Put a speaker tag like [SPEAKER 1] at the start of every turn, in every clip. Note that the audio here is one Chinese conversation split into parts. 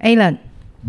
[SPEAKER 1] Alan，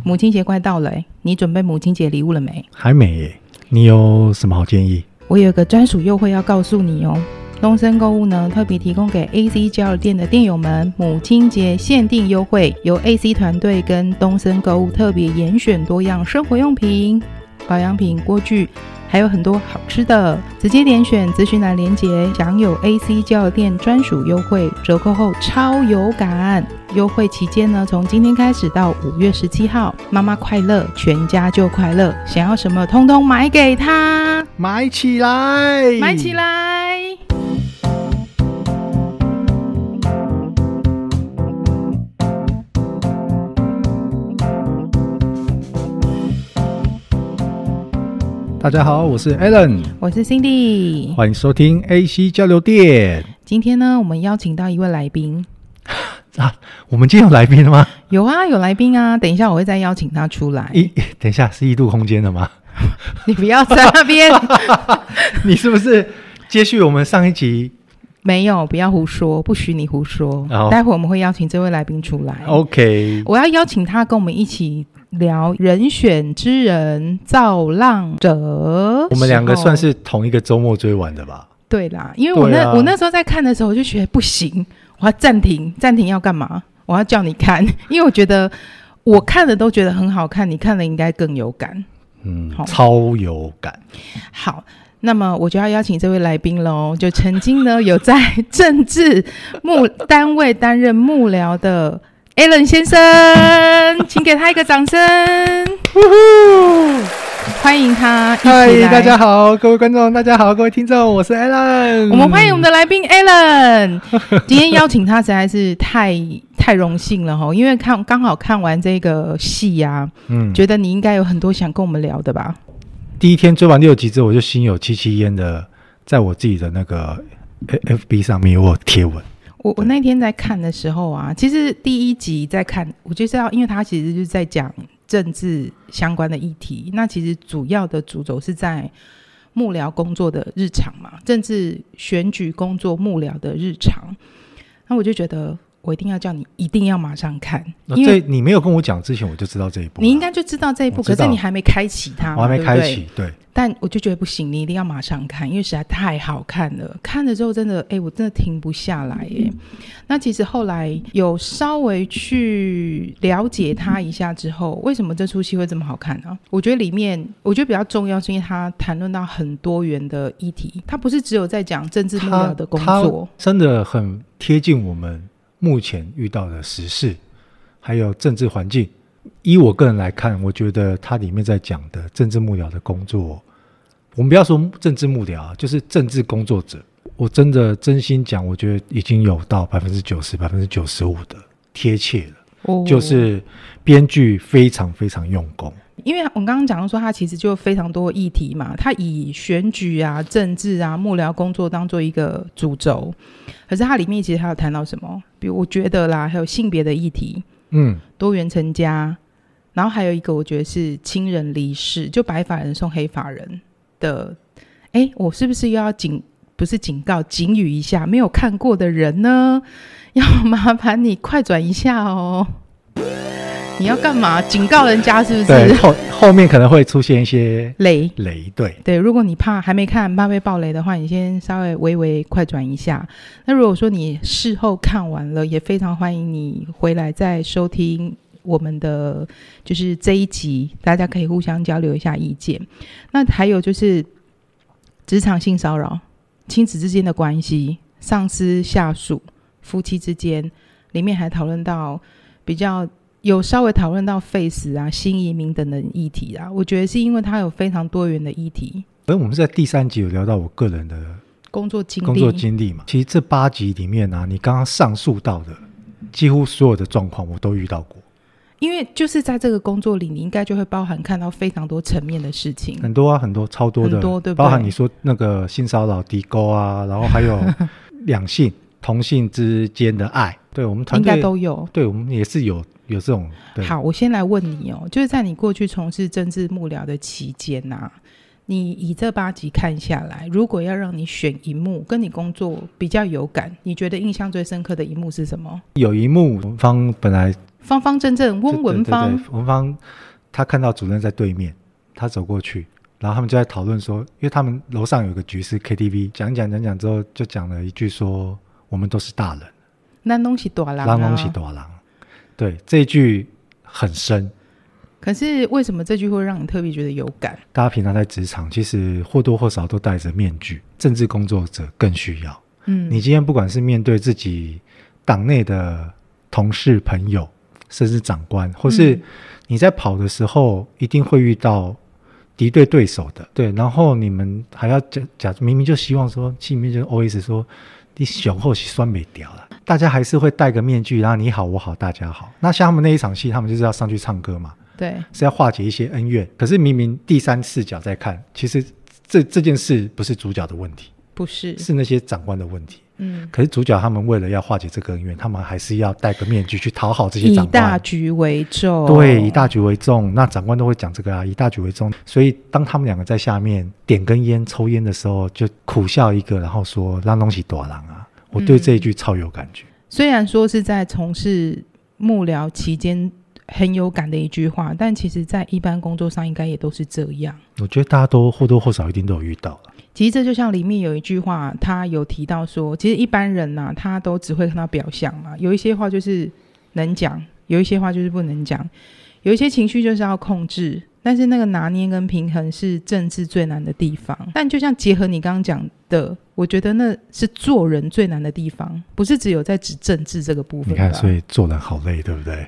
[SPEAKER 1] 母亲节快到了、欸，你准备母亲节礼物了没？
[SPEAKER 2] 还没耶，你有什么好建议？
[SPEAKER 1] 我有个专属优惠要告诉你哦。东森购物呢，特别提供给 AC 交流店的店友们母亲节限定优惠，由 AC 团队跟东森购物特别严选多样生活用品、保养品、锅具，还有很多好吃的。直接点选资讯栏连接，享有 AC 交流店专属优惠，折扣后超有感。优惠期间呢，从今天开始到五月十七号，妈妈快乐，全家就快乐，想要什么通通买给她。
[SPEAKER 2] 买起来，
[SPEAKER 1] 买起！来。
[SPEAKER 2] 大家好，我是 Alan，
[SPEAKER 1] 我是 Cindy，
[SPEAKER 2] 欢迎收听 AC 交流店。
[SPEAKER 1] 今天呢，我们邀请到一位来宾，
[SPEAKER 2] 我们今天有来宾了吗？
[SPEAKER 1] 有啊，有来宾啊，等一下我会再邀请他出来。
[SPEAKER 2] 一等一下是异度空间的吗？
[SPEAKER 1] 你不要在那边，
[SPEAKER 2] 你是不是接续我们上一集
[SPEAKER 1] 没有，不要胡说，不许你胡说。
[SPEAKER 2] 好
[SPEAKER 1] 待会我们会邀请这位来宾出来。
[SPEAKER 2] ？OK，
[SPEAKER 1] 哎我要邀请他跟我们一起聊人选之人造浪者。
[SPEAKER 2] 我们两个
[SPEAKER 1] 时候
[SPEAKER 2] 算是同一个周末追完的吧？
[SPEAKER 1] 对啦，因为我那、
[SPEAKER 2] 对啊
[SPEAKER 1] 我那时候在看的时候，我就觉得不行，我要暂停，暂停要干嘛？我要叫你看， 因为我觉得我看的都觉得很好看，你看了应该更有感。
[SPEAKER 2] 嗯
[SPEAKER 1] 好，
[SPEAKER 2] 超有感。
[SPEAKER 1] 好，那么我就要邀请这位来宾喽，就曾经 呢有在政治幕单位担任幕僚的 Alan 先 生，请给他一个掌声，欢迎他。
[SPEAKER 2] 嗨，大家。好，各位观众，大家好，各位听众，我是 Alan。
[SPEAKER 1] 我们欢迎我们的来宾 Alan，今 天邀请他实在是太太荣幸了哈，因为看刚好看完这个戏呀、
[SPEAKER 2] 嗯，
[SPEAKER 1] 觉得你应该有很多想跟我们聊的吧？
[SPEAKER 2] 第一天追完六集之后，我就心有戚戚焉的，在我自己的那个 F B 上面我有贴文，
[SPEAKER 1] 我我那天在看的时候啊，其实第一集在看，我就知道，因为它其实就是在讲政治相关的议题。那其实主要的主轴是在幕僚工作的日常嘛，政治选举工作幕僚的日常。那我就觉得，我一定要叫你，一定要马上看，
[SPEAKER 2] 那
[SPEAKER 1] 因
[SPEAKER 2] 这
[SPEAKER 1] 为
[SPEAKER 2] 你没有跟我讲之前，我就知道这一部了。
[SPEAKER 1] 你应该就知道这一部，
[SPEAKER 2] 我
[SPEAKER 1] 可
[SPEAKER 2] 知道
[SPEAKER 1] 是你还没开启它嘛，
[SPEAKER 2] 我还没
[SPEAKER 1] 对不
[SPEAKER 2] 开
[SPEAKER 1] 对
[SPEAKER 2] 启，对，
[SPEAKER 1] 但我就觉得不行，你一定要马上看，因为实在太好看了。看了之后真的，哎，我真的停不下来耶。那其实后来有稍微去了解它一下之后，为什么这出戏会这么好看呢、我觉得里面，我觉得比较重要是因为它谈论到很多元的议题，它不是只有在讲政治幕僚啊的工作，
[SPEAKER 2] 真的很贴近我们目前遇到的时事，还有政治环境。依我个人来看，我觉得它里面在讲的政治幕僚的工作，我们不要说政治幕僚啊，就是政治工作者。我真的真心讲，我觉得已经有到百分之九十、百分之九十五的贴切了。
[SPEAKER 1] 哦
[SPEAKER 2] 就是编剧非常非常用功，
[SPEAKER 1] 因为我刚刚讲到说，它其实就非常多议题嘛，它以选举啊、政治啊、幕僚工作当做一个主轴，可是它里面其实还有谈到什么，比如我觉得啦，还有性别的议题、
[SPEAKER 2] 嗯，
[SPEAKER 1] 多元成家，然后还有一个我觉得是亲人离世，就白发人送黑发人的，哎，我是不是又要警？不是警告，警语一下，没有看过的人呢， 要麻烦你快转一下哦。你要干嘛？警告人家是不
[SPEAKER 2] 对，
[SPEAKER 1] 是？
[SPEAKER 2] 后后面可能会出现一些
[SPEAKER 1] 雷。
[SPEAKER 2] 雷，对，
[SPEAKER 1] 对，如果你怕还没看怕被暴雷的话，你先稍微微微快转一下。那如果说你事后看完了，也非常欢迎你回来再收听我们的就是这一集，大家可以互相交流一下意见。那还有就是职场性骚扰、亲子之间的关系、上司下属、夫妻之间，里面还讨论到比较有稍微讨论到 face 啊、新移民等等议题啊，我觉得是因为它有非常多元的议题，
[SPEAKER 2] 而哎我们在第三集有聊到我个人的
[SPEAKER 1] 工作经历、
[SPEAKER 2] 工作经历嘛，其实这八集里面呢、啊，你刚刚上述到的几乎所有的状况我都遇到过，
[SPEAKER 1] 因为就是在这个工作里，你应该就会包含看到非常多层面的事情。
[SPEAKER 2] 很多啊，很多超多
[SPEAKER 1] 嗯
[SPEAKER 2] 的，
[SPEAKER 1] 很多对不对
[SPEAKER 2] 包含你说那个性骚扰、低沟啊，然后 还有两性、同性之间的爱，对我们团
[SPEAKER 1] 应该
[SPEAKER 2] 队，
[SPEAKER 1] 都有，
[SPEAKER 2] 对我们也是有有这种，对，
[SPEAKER 1] 好，我先来问你哦，就是在你过去从事政治幕僚的期间呐、你以这八集看下来，如果要让你选一幕跟你工作比较有感，你觉得印象最深刻的一幕是什么？
[SPEAKER 2] 有一幕，我们方本来
[SPEAKER 1] 方方正正，
[SPEAKER 2] 对
[SPEAKER 1] 翁文芳
[SPEAKER 2] 对对对文芳他看到主任在对面，他走过去，然后他们就在讨论说，因为他们楼上有个局是 KTV，讲一讲讲一讲之后，就讲了一句说，我们都是大人，
[SPEAKER 1] 那东西多啦，
[SPEAKER 2] 狼龙喜啊多狼。对，这一句很深，
[SPEAKER 1] 可是为什么这句会让你特别觉得有感？
[SPEAKER 2] 大家平常在职场其实或多或少都戴着面具，政治工作者更需要。
[SPEAKER 1] 嗯，
[SPEAKER 2] 你今天不管是面对自己党内的同事、朋友，甚至长官，或是
[SPEAKER 1] 嗯
[SPEAKER 2] 你在跑的时候，一定会遇到敌对对手的，对。然后你们还要假假，明明就希望说，心里面就 always 说，你雄厚是酸没掉了，大家还是会戴个面具，然后你好我好大家好。那像他们那一场戏，他们就是要上去唱歌嘛，
[SPEAKER 1] 对，
[SPEAKER 2] 是要化解一些恩怨。可是明明第三视角在看，其实这这件事不是主角的问题，
[SPEAKER 1] 不是，
[SPEAKER 2] 是那些长官的问题。
[SPEAKER 1] 嗯，
[SPEAKER 2] 可是主角他们为了要化解这个恩怨，他们还是要戴个面具去讨好这些
[SPEAKER 1] 以
[SPEAKER 2] 长
[SPEAKER 1] 大
[SPEAKER 2] 官。
[SPEAKER 1] 局为重，
[SPEAKER 2] 对，以大局为重，那长官都会讲这个啊，以大局为重。所以当他们两个在下面点根烟、抽烟的时候，就苦笑一个，然后说“让东西躲狼啊”。
[SPEAKER 1] 嗯
[SPEAKER 2] 我对这一句超有感觉。
[SPEAKER 1] 虽然说是在从事幕僚期间很有感的一句话，但其实在一般工作上应该也都是这样。
[SPEAKER 2] 我觉得大家都或多或少一定都有遇到了。
[SPEAKER 1] 其实这就像里面有一句话，他有提到说，其实一般人呐、他都只会看到表象嘛，有一些话就是能讲，有一些话就是不能讲，有一些情绪就是要控制，但是那个拿捏跟平衡是政治最难的地方。但就像结合你刚刚讲的，我觉得那是做人最难的地方，不是只有在指政治这个部分
[SPEAKER 2] 你
[SPEAKER 1] 吧。
[SPEAKER 2] 看，所以做人好累，对不对？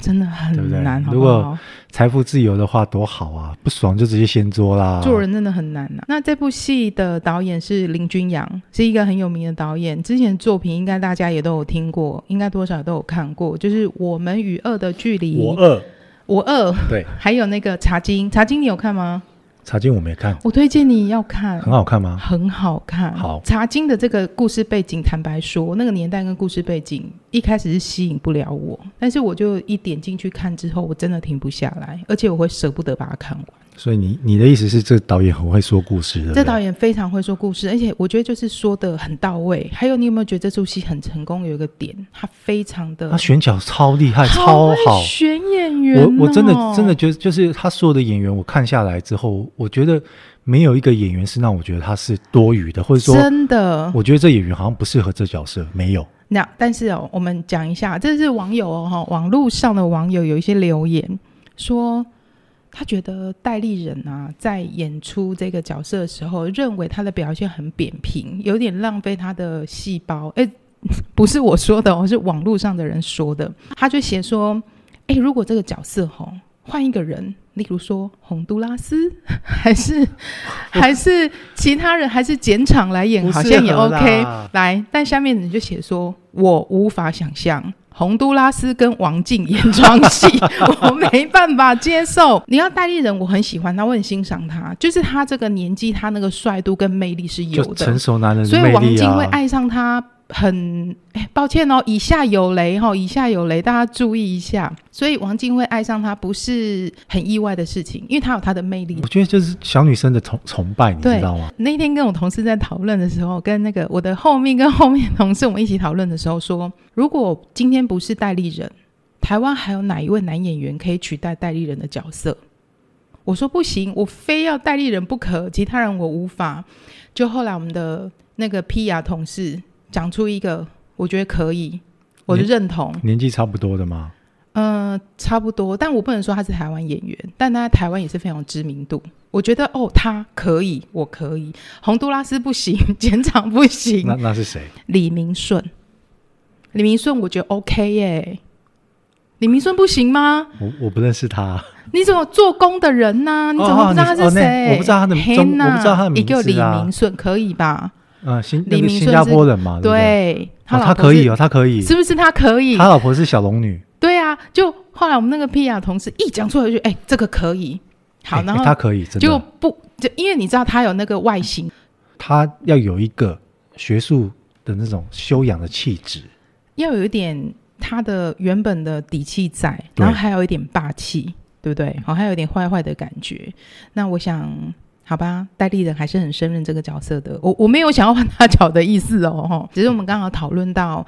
[SPEAKER 1] 真的
[SPEAKER 2] 对不对
[SPEAKER 1] 很难，好
[SPEAKER 2] 如
[SPEAKER 1] 不
[SPEAKER 2] 果
[SPEAKER 1] 好？
[SPEAKER 2] 财富自由的话多好啊，不爽就直接掀桌啦。
[SPEAKER 1] 做人真的很难呐、那这部戏的导演是林君阳，是一个很有名的导演，之前的作品应该大家也都有听过，应该多少都有看过，就是《我们与恶的距离》，
[SPEAKER 2] 我饿，
[SPEAKER 1] 我饿，
[SPEAKER 2] 对，
[SPEAKER 1] 还有那个《茶经》，《茶经》你有看吗？
[SPEAKER 2] 茶经我没看，
[SPEAKER 1] 我推荐你要看。
[SPEAKER 2] 很好看吗？
[SPEAKER 1] 很好看。
[SPEAKER 2] 啊好
[SPEAKER 1] 茶经的这个故事背景，坦白说，那个年代跟故事背景一开始是吸引不了我，但是我就一点进去看之后，我真的停不下来，而且我会舍不得把它看完。
[SPEAKER 2] 所以你你的意思是，这个导演很会说故事，对不
[SPEAKER 1] 这
[SPEAKER 2] 对？
[SPEAKER 1] 导演非常会说故事，而且我觉得就是说的很到位。还有，你有没有觉得这出戏很成功？有一个点，他非常的
[SPEAKER 2] 他选角超厉害，超
[SPEAKER 1] 好
[SPEAKER 2] 好
[SPEAKER 1] 会。选演员、
[SPEAKER 2] 我
[SPEAKER 1] 哦
[SPEAKER 2] 我真的真的觉得，就是他所有的演员，我看下来之后，我觉得没有一个演员是让我觉得他是多余的，或者说，
[SPEAKER 1] 真的
[SPEAKER 2] 我觉得这演员好像不适合这角色，没有。
[SPEAKER 1] 那但是哦，我们讲一下，这是网友哦，哈，网络上的网友有一些留言说，他觉得戴立人啊，在演出这个角色的时候，认为他的表现很扁平，有点浪费他的细胞。哎， 不是我说的哦，是网络上的人说的。他就写说，哎，如果这个角色吼、换一个人，例如说洪都拉斯， 还是还是其他人，还是剪场来演，
[SPEAKER 2] 不
[SPEAKER 1] 好
[SPEAKER 2] 适
[SPEAKER 1] 像也
[SPEAKER 2] 合
[SPEAKER 1] OK
[SPEAKER 2] 啦。
[SPEAKER 1] 来，但下面你就写说，我无法想象洪都拉斯跟王静演床戏， 我没办法接受。你要戴立人，我很喜欢他，我很欣赏他，就是他这个年纪，他那个帅度跟魅力是有
[SPEAKER 2] 就
[SPEAKER 1] 的，
[SPEAKER 2] 成熟男人
[SPEAKER 1] 所
[SPEAKER 2] 的
[SPEAKER 1] 以
[SPEAKER 2] 魅
[SPEAKER 1] 王
[SPEAKER 2] 力
[SPEAKER 1] 静会
[SPEAKER 2] 啊！
[SPEAKER 1] 爱上他很，哎抱歉哦，以下有雷哈、哦，以下有雷，大家注意一下。所以王静会爱上他不是很意外的事情，因为他有他的魅力
[SPEAKER 2] 我。觉得就是小女生的崇崇拜，你知
[SPEAKER 1] 对
[SPEAKER 2] 道吗？
[SPEAKER 1] 那天跟我同事在讨论的时候，跟那个我的后面跟后面同事我们一起讨论的时候说，如果今天不是戴立人，台湾还有哪一位男演员可以取代戴立人的角色？我说不行，我非要戴立人不可，其他人我无法。就后来我们的那个 P 雅同事讲出一个，我觉得可以，我就认同。
[SPEAKER 2] 年纪差不多的嘛，
[SPEAKER 1] 嗯、差不多，但我不能说他是台湾演员，但他在台湾也是非常有知名度。我觉得哦，他可以，我可以。洪都拉斯不行， 简长不
[SPEAKER 2] 那
[SPEAKER 1] 行，
[SPEAKER 2] 那是谁？
[SPEAKER 1] 李明顺，李明顺我觉得 OK 耶。李明顺不行吗？
[SPEAKER 2] 我我不认识他啊，
[SPEAKER 1] 你怎么做工的人呐、你怎么不知道他
[SPEAKER 2] 哦
[SPEAKER 1] 是
[SPEAKER 2] 哦那
[SPEAKER 1] 谁、
[SPEAKER 2] 我不知道他的
[SPEAKER 1] 嘿
[SPEAKER 2] 中
[SPEAKER 1] 呐
[SPEAKER 2] 我不知道他的名
[SPEAKER 1] 一个李
[SPEAKER 2] 字啊
[SPEAKER 1] 明顺可以吧？
[SPEAKER 2] 嗯，新
[SPEAKER 1] 李
[SPEAKER 2] 那个
[SPEAKER 1] 明
[SPEAKER 2] 新
[SPEAKER 1] 顺
[SPEAKER 2] 加
[SPEAKER 1] 是
[SPEAKER 2] 坡人嘛，对不对？
[SPEAKER 1] 对，
[SPEAKER 2] 哦
[SPEAKER 1] 老
[SPEAKER 2] 他
[SPEAKER 1] 婆
[SPEAKER 2] 可以
[SPEAKER 1] 是
[SPEAKER 2] 哦，他可以，
[SPEAKER 1] 是不是他可以？
[SPEAKER 2] 他老婆是小龙女。
[SPEAKER 1] 对啊，就后来我们那个 P R 同事一讲出来就，哎、这个可以，好，
[SPEAKER 2] 欸
[SPEAKER 1] 然
[SPEAKER 2] 欸
[SPEAKER 1] 后
[SPEAKER 2] 他可以，真
[SPEAKER 1] 就
[SPEAKER 2] 的，
[SPEAKER 1] 不就因为你知道他有那个外形，
[SPEAKER 2] 他要有一个学术的那种修养的气质，
[SPEAKER 1] 要有一点他的原本的底气在，
[SPEAKER 2] 对
[SPEAKER 1] 哦然后还有一点霸气，对不对？好、还有一点坏坏的感觉。那我想。好吧，戴立人还是很胜任这个角色的。我我没有想要换他角的意思哦，吼只是我们刚好讨论到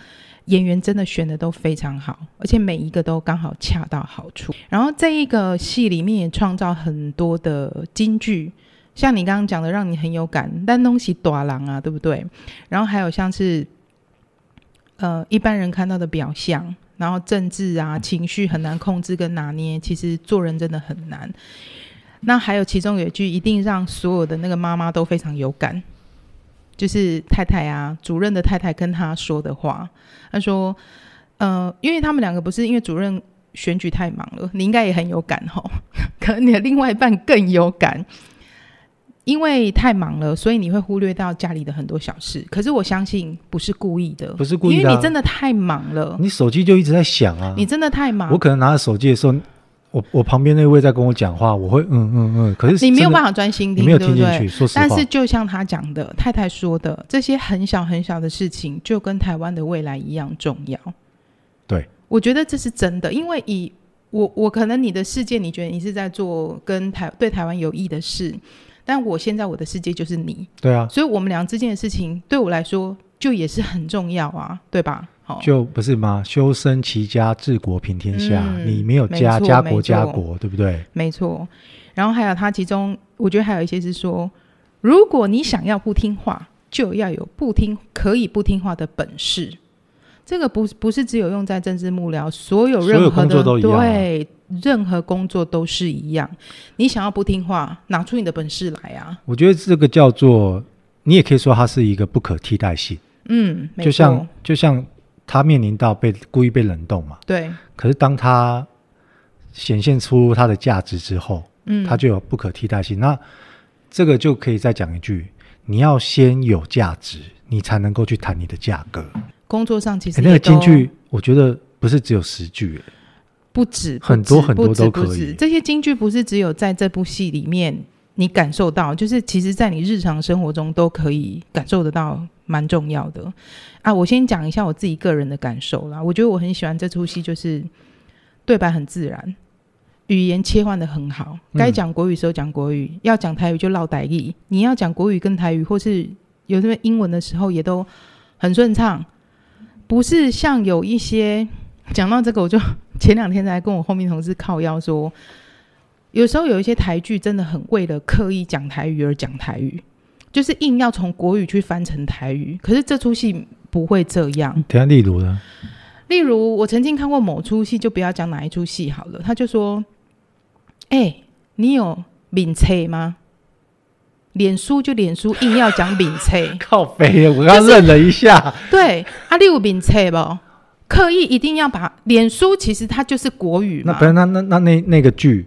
[SPEAKER 1] 演员真的选的都非常好，而且每一个都刚好恰到好处。然后这一个戏里面也创造很多的金句，像你刚刚讲的，让你很有感，但东西短郎啊，对不对？然后还有像是呃一般人看到的表象，然后政治啊情绪很难控制跟拿捏，其实做人真的很难。那还有其中有一句，一定让所有的那个妈妈都非常有感，就是太太啊，主任的太太跟他说的话，他说，呃，因为他们两个不是因为主任选举太忙了，你应该也很有感吼，可能你的另外一半更有感。因为太忙了，所以你会忽略到家里的很多小事。可是我相信不是故意的，
[SPEAKER 2] 不是故意的啊
[SPEAKER 1] 因为你真的太忙了，
[SPEAKER 2] 你手机就一直在响啊。
[SPEAKER 1] 你真的太忙
[SPEAKER 2] 嗯我，可能拿着手机的时候，我我旁边那位在跟我讲话，我会嗯嗯嗯，可是
[SPEAKER 1] 你没有
[SPEAKER 2] 真的
[SPEAKER 1] 办法专心
[SPEAKER 2] 你
[SPEAKER 1] 听，
[SPEAKER 2] 没有
[SPEAKER 1] 对不
[SPEAKER 2] 听进
[SPEAKER 1] 对
[SPEAKER 2] 去，？说实话
[SPEAKER 1] 但，是就像他讲的，太太说的，这些很小很小的事情，就跟台湾的未来一样重要。
[SPEAKER 2] 对，
[SPEAKER 1] 我觉得这是真的，因为以我我可能你的世界，你觉得你是在做跟台对台湾有益的事，但我现在我的世界就是你，
[SPEAKER 2] 对啊，
[SPEAKER 1] 所以我们俩之间的事情对我来说就也是很重要啊，对吧？好、
[SPEAKER 2] 就不是吗？修身齐家治国平天下，
[SPEAKER 1] 嗯
[SPEAKER 2] 你没有家
[SPEAKER 1] 没错
[SPEAKER 2] 家
[SPEAKER 1] 没
[SPEAKER 2] 国
[SPEAKER 1] 错
[SPEAKER 2] 家国，对不对？
[SPEAKER 1] 没错。然后还有他其中，我觉得还有一些是说，如果你想要不听话，就要有不听可以不听话的本事。这个不不是只有用在政治幕僚，所有任何
[SPEAKER 2] 所有工
[SPEAKER 1] 的
[SPEAKER 2] 作都一样啊
[SPEAKER 1] 对，任何工作都是一样。你想要不听话，拿出你的本事来啊！
[SPEAKER 2] 我觉得这个叫做，你也可以说它是一个不可替代性，
[SPEAKER 1] 嗯，没
[SPEAKER 2] 就像
[SPEAKER 1] 错
[SPEAKER 2] 就像他面临到被故意被冷冻嘛，
[SPEAKER 1] 对，
[SPEAKER 2] 可是当他显现出它的价值之后，
[SPEAKER 1] 嗯，
[SPEAKER 2] 它就有不可替代性。那这个就可以再讲一句：你要先有价值，你才能够去谈你的价格。哎
[SPEAKER 1] 工作上其实
[SPEAKER 2] 诶那个
[SPEAKER 1] 也都
[SPEAKER 2] 金句，我觉得不是只有十句，诶
[SPEAKER 1] 不止
[SPEAKER 2] 很
[SPEAKER 1] 不止
[SPEAKER 2] 多很多
[SPEAKER 1] 不止
[SPEAKER 2] 都可
[SPEAKER 1] 不止
[SPEAKER 2] 以
[SPEAKER 1] 这些京剧不是只有在这部戏里面你感受到，就是其实在你日常生活中都可以感受得到，蛮重要的啊。我先讲一下我自己个人的感受啦，我觉得我很喜欢这出戏，就是对白很自然。语言切换的很好，
[SPEAKER 2] 嗯
[SPEAKER 1] 该讲国语时候讲国语，要讲台语就唠台语。你要讲国语跟台语，或是有那个英文的时候，也都很顺畅，不是像有一些讲到这个，我就 前两天才跟我后面同事靠腰说，有时候有一些台剧真的很为了刻意讲台语而讲台语，就是硬要从国语去翻成台语。可是这出戏不会这样，
[SPEAKER 2] 等一下例如呢？
[SPEAKER 1] 例如，我曾经看过某出戏，就不要讲哪一出戏好了。他就说：“哎、你有敏车吗？脸书就脸书，硬要讲敏车，
[SPEAKER 2] 靠北，我刚愣了一下，
[SPEAKER 1] 对，啊，你有敏车不？刻意一定要把脸书，其实它就是国语
[SPEAKER 2] 那
[SPEAKER 1] 嘛
[SPEAKER 2] 不，是那那那那那个剧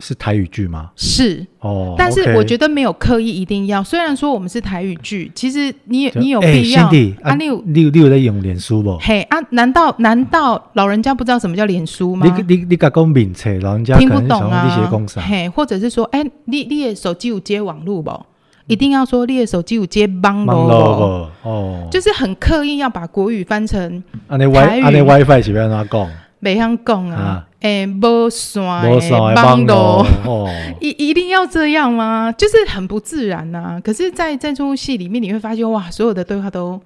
[SPEAKER 2] 是台语剧吗？
[SPEAKER 1] 是。
[SPEAKER 2] 哦，
[SPEAKER 1] 但是
[SPEAKER 2] OK
[SPEAKER 1] 我觉得没有刻意一定要。虽然说我们是台语剧，其实你也
[SPEAKER 2] 就
[SPEAKER 1] 你有
[SPEAKER 2] 诶
[SPEAKER 1] 必要、
[SPEAKER 2] Cindy，啊，
[SPEAKER 1] 啊？你
[SPEAKER 2] 你有
[SPEAKER 1] 有
[SPEAKER 2] 你有你有在用脸书不？
[SPEAKER 1] 嘿啊？难道难道老人家不知道什么叫脸书吗？
[SPEAKER 2] 你你你敢讲名册，老人家可
[SPEAKER 1] 听不
[SPEAKER 2] 能想
[SPEAKER 1] 懂
[SPEAKER 2] 说
[SPEAKER 1] 啊，
[SPEAKER 2] 你写工啥？
[SPEAKER 1] 嘿，或者是说，哎、你你的手机有接网络不？一定要说你的手机有接网
[SPEAKER 2] 忙
[SPEAKER 1] 络
[SPEAKER 2] 咯不？哦
[SPEAKER 1] 不？，就是很刻意要把国语翻成
[SPEAKER 2] 安
[SPEAKER 1] 台
[SPEAKER 2] 尼 Wi
[SPEAKER 1] 语
[SPEAKER 2] 安尼 WiFi 是要安怎讲？
[SPEAKER 1] 北向讲啊
[SPEAKER 2] 啊，
[SPEAKER 1] 哎、无线
[SPEAKER 2] 无
[SPEAKER 1] 的
[SPEAKER 2] 线的
[SPEAKER 1] 网
[SPEAKER 2] 网
[SPEAKER 1] 络
[SPEAKER 2] 络。 哦，
[SPEAKER 1] 一一定要这样吗？就是很不自然呐、可是在，在这出戏里面，你会发现，哇，所有的对话都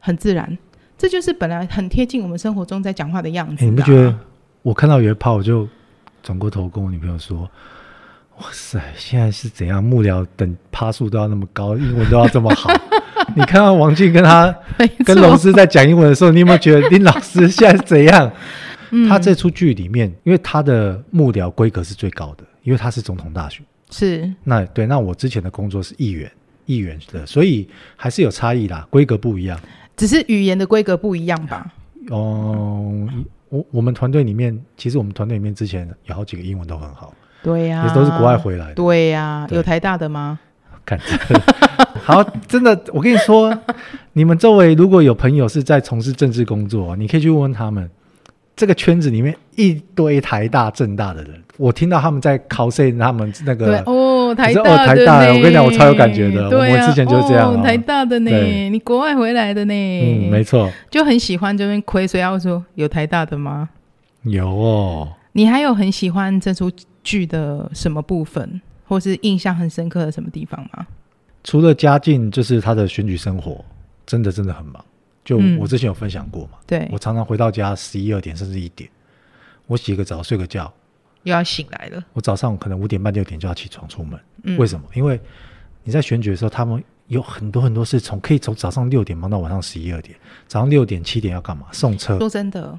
[SPEAKER 1] 很自然，这就是本来很贴近我们生活中在讲话的样子、
[SPEAKER 2] 欸
[SPEAKER 1] 啊
[SPEAKER 2] 你不觉得？我看到有一趴，我就转过头跟我女朋友说：“哇塞，现在是怎样幕僚等趴数都要那么高，英文都要这么 好？”你看到王静跟他
[SPEAKER 1] 没
[SPEAKER 2] 跟
[SPEAKER 1] 错
[SPEAKER 2] 老师在讲英文的时候，你有没有觉得林老师现在是怎样？
[SPEAKER 1] 嗯
[SPEAKER 2] 他这出剧里面，因为他的幕僚规格是最高的，因为他是总统大选。
[SPEAKER 1] 是
[SPEAKER 2] 那对，那我之前的工作是议员，议员的，所以还是有差异啦，规格不一样。
[SPEAKER 1] 只是语言的规格不一样吧？
[SPEAKER 2] 哦，我我们团队里面，其实我们团队里面之前有好几个英文都很好，
[SPEAKER 1] 对啊呀、
[SPEAKER 2] 也都是国外回来的。
[SPEAKER 1] 对呀、
[SPEAKER 2] 对
[SPEAKER 1] 有台大的吗？
[SPEAKER 2] 看， 好，真的，我跟你说，你们周围如果有朋友是在从事政治工作，你可以去问问他们。这个圈子里面一堆台大、政大的人，我听到他们在 cos 他们那
[SPEAKER 1] 对
[SPEAKER 2] 个，
[SPEAKER 1] 哦，台
[SPEAKER 2] 我知道
[SPEAKER 1] 大
[SPEAKER 2] 哦台
[SPEAKER 1] 的
[SPEAKER 2] 大
[SPEAKER 1] 呢
[SPEAKER 2] 我跟你讲我超有感觉的
[SPEAKER 1] 对啊
[SPEAKER 2] 我之前就是这样啊
[SPEAKER 1] 哦台大的呢，
[SPEAKER 2] 对
[SPEAKER 1] 你国外回来的呢，
[SPEAKER 2] 嗯，没错，
[SPEAKER 1] 就很喜欢这边亏，所以要说有台大的吗？
[SPEAKER 2] 有哦，
[SPEAKER 1] 你还有很喜欢这出剧的什么部分，或是印象很深刻的什么地方吗？
[SPEAKER 2] 除了家境，就是他的选举生活，真的真的很忙。就
[SPEAKER 1] 嗯
[SPEAKER 2] 我之前有分享过嘛，
[SPEAKER 1] 对，
[SPEAKER 2] 我常常回到家十一二点甚至一点，我洗个澡睡个觉，
[SPEAKER 1] 又要醒来了。
[SPEAKER 2] 我早上可能五点半六点就要起床出门。
[SPEAKER 1] 嗯，
[SPEAKER 2] 为
[SPEAKER 1] 么？
[SPEAKER 2] 什么？因为你在选举的时候，他们有很多很多事从可以从早上六点忙到晚上十一二点，早上六点七点要干嘛？送车。
[SPEAKER 1] 说真的，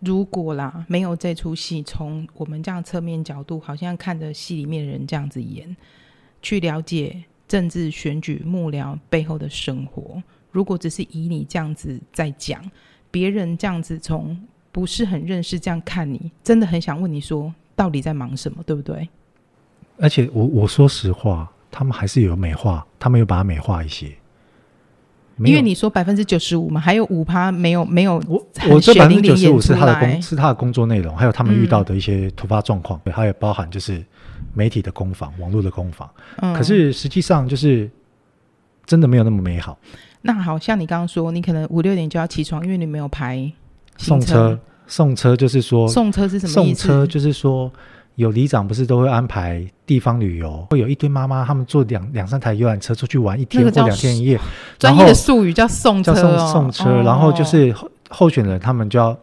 [SPEAKER 1] 如果啦没有这出戏，从我们这样侧面角度，好像看着戏里面的人这样子演，去了解政治选举幕僚背后的生活。如果只是以你这样子在讲，别人这样子从不是很认识这样看你，真的很想问你说，到底在忙什么，对不对？
[SPEAKER 2] 而且我我说实话，他们还是有美化，他们有把它美化一些。没
[SPEAKER 1] 因
[SPEAKER 2] 有
[SPEAKER 1] 为你说百分之九十五嘛，还有五趴没有没有
[SPEAKER 2] 我
[SPEAKER 1] 很
[SPEAKER 2] 我这
[SPEAKER 1] 血
[SPEAKER 2] 百
[SPEAKER 1] 淋
[SPEAKER 2] 分之九
[SPEAKER 1] 淋
[SPEAKER 2] 十
[SPEAKER 1] 演
[SPEAKER 2] 五
[SPEAKER 1] 出
[SPEAKER 2] 是他的
[SPEAKER 1] 来
[SPEAKER 2] 工，是他的工作内容，还有他们遇到
[SPEAKER 1] 嗯
[SPEAKER 2] 的一些突发状况，对还有包含就是媒体的攻防、网络的攻防。
[SPEAKER 1] 嗯
[SPEAKER 2] 可是实际上就是真的没有那么美好。
[SPEAKER 1] 那好像你刚刚说，你可能五六点就要起床，因为你没有排行
[SPEAKER 2] 送车，送车就是说
[SPEAKER 1] 送车是什么意
[SPEAKER 2] 送
[SPEAKER 1] 思？
[SPEAKER 2] 车就是说，有里长不是都会安排地方旅游，会有一堆妈妈他们坐两两三台游览车出去玩一天
[SPEAKER 1] 那个
[SPEAKER 2] 或
[SPEAKER 1] 叫
[SPEAKER 2] 两天一夜，然
[SPEAKER 1] 专业
[SPEAKER 2] 后
[SPEAKER 1] 的术语叫送车、
[SPEAKER 2] 叫送
[SPEAKER 1] 哦，
[SPEAKER 2] 送车，
[SPEAKER 1] 哦
[SPEAKER 2] 然后就是候候选人他们就要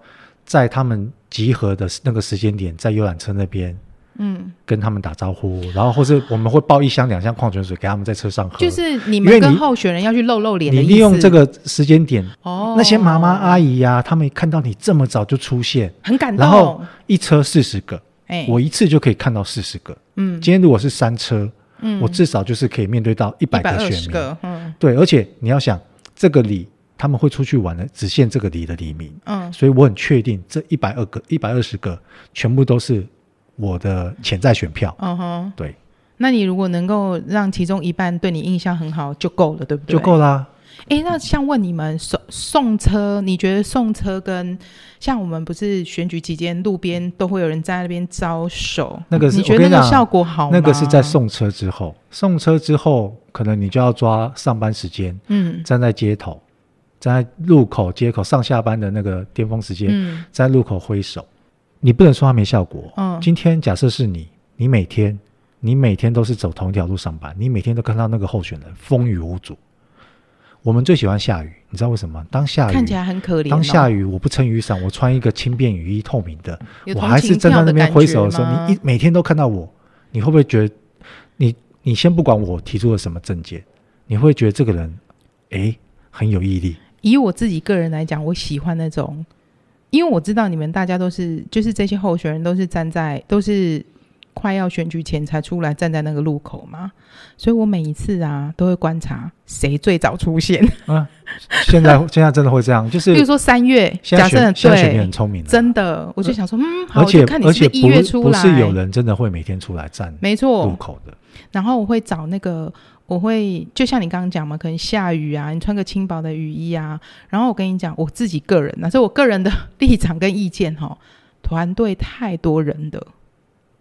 [SPEAKER 2] 在他们集合的那个时间点，在游览车那边
[SPEAKER 1] 嗯，
[SPEAKER 2] 跟他们打招呼，然后或是我们会抱一箱两箱矿泉水给他们在车上喝，
[SPEAKER 1] 就是你
[SPEAKER 2] 因
[SPEAKER 1] 们
[SPEAKER 2] 为你
[SPEAKER 1] 跟候选人要去露露脸的
[SPEAKER 2] 你
[SPEAKER 1] 意思。
[SPEAKER 2] 利用这个时间点，
[SPEAKER 1] 哦，
[SPEAKER 2] 那些妈妈阿姨呀、他们看到你这么早就出现，
[SPEAKER 1] 很感
[SPEAKER 2] 然后
[SPEAKER 1] 动，
[SPEAKER 2] 一车四十个，
[SPEAKER 1] 哎，
[SPEAKER 2] 我一次就可以看到四十个。
[SPEAKER 1] 嗯
[SPEAKER 2] 今天如果是三车，
[SPEAKER 1] 嗯，
[SPEAKER 2] 我至少就是可以面对到一百
[SPEAKER 1] 一百
[SPEAKER 2] 个
[SPEAKER 1] 二
[SPEAKER 2] 选
[SPEAKER 1] 十
[SPEAKER 2] 民。
[SPEAKER 1] 个，嗯
[SPEAKER 2] 对，而且你要想，这个里他们会出去玩的，只限这个里的里民，
[SPEAKER 1] 嗯，
[SPEAKER 2] 所以我很确定这一百二个、一百二十个全部都是我的潜在选票。
[SPEAKER 1] 嗯哼。
[SPEAKER 2] 对，
[SPEAKER 1] 那你如果能够让其中一半对你印象很好就够了，对不对？
[SPEAKER 2] 就够啦。
[SPEAKER 1] 诶，那像问你们送送车，你觉得送车跟像我们不是选举期间路边都会有人站在那边招手，
[SPEAKER 2] 那个是
[SPEAKER 1] 你觉
[SPEAKER 2] 我
[SPEAKER 1] 得
[SPEAKER 2] 跟你
[SPEAKER 1] 那个
[SPEAKER 2] 讲
[SPEAKER 1] 效果好吗？
[SPEAKER 2] 那个是在，送车之后，送车之后，可能你就要抓上班时间，
[SPEAKER 1] 嗯
[SPEAKER 2] 站在街头，站在路口、街口上下班的那个巅峰时间，
[SPEAKER 1] 嗯
[SPEAKER 2] 在路口挥手，你不能说它没效果。
[SPEAKER 1] 嗯
[SPEAKER 2] 今天假设是你，你每天你每天都是走同一条路上班，你每天都看到那个候选人风雨无阻。我们最喜欢下雨，你知道为什么吗？当下雨，
[SPEAKER 1] 看起来很可怜、哦。
[SPEAKER 2] 当下雨，我不撑雨伞，我穿一个轻便雨衣，透明的，
[SPEAKER 1] 有
[SPEAKER 2] 我
[SPEAKER 1] 同
[SPEAKER 2] 还是
[SPEAKER 1] 情
[SPEAKER 2] 站在
[SPEAKER 1] 票
[SPEAKER 2] 那
[SPEAKER 1] 的
[SPEAKER 2] 边
[SPEAKER 1] 感
[SPEAKER 2] 挥
[SPEAKER 1] 觉
[SPEAKER 2] 手的时候，
[SPEAKER 1] 吗
[SPEAKER 2] 你一每天都看到我，你会不会觉得你你先不管我提出了什么证件，你会觉得这个人诶很有毅力？
[SPEAKER 1] 以我自己个人来讲，我喜欢那种，因为我知道你们大家都是，就是这些候选人都是站在，都是快要选举前才出来站在那个路口嘛，所以我每一次啊都会观察谁最早出现。
[SPEAKER 2] 啊，现在现在真的会这样，就是
[SPEAKER 1] 比如说三月，
[SPEAKER 2] 现
[SPEAKER 1] 假
[SPEAKER 2] 在
[SPEAKER 1] 设
[SPEAKER 2] 选现在选民
[SPEAKER 1] 对
[SPEAKER 2] 很，聪明的，
[SPEAKER 1] 真的，我就想说，嗯，好，
[SPEAKER 2] 而
[SPEAKER 1] 我就
[SPEAKER 2] 且
[SPEAKER 1] 看
[SPEAKER 2] 而
[SPEAKER 1] 你
[SPEAKER 2] 且
[SPEAKER 1] 是
[SPEAKER 2] 不
[SPEAKER 1] 一月出
[SPEAKER 2] 不
[SPEAKER 1] 来，
[SPEAKER 2] 是有人真的会每天出来站
[SPEAKER 1] 没
[SPEAKER 2] 路
[SPEAKER 1] 错。
[SPEAKER 2] 口的，
[SPEAKER 1] 然后我会找那个，我会就像你刚刚讲嘛，可能下雨啊，你穿个轻薄的雨衣啊。然后我跟你讲，我自己个人，那是我个人的立场跟意见哈、团队太多人的，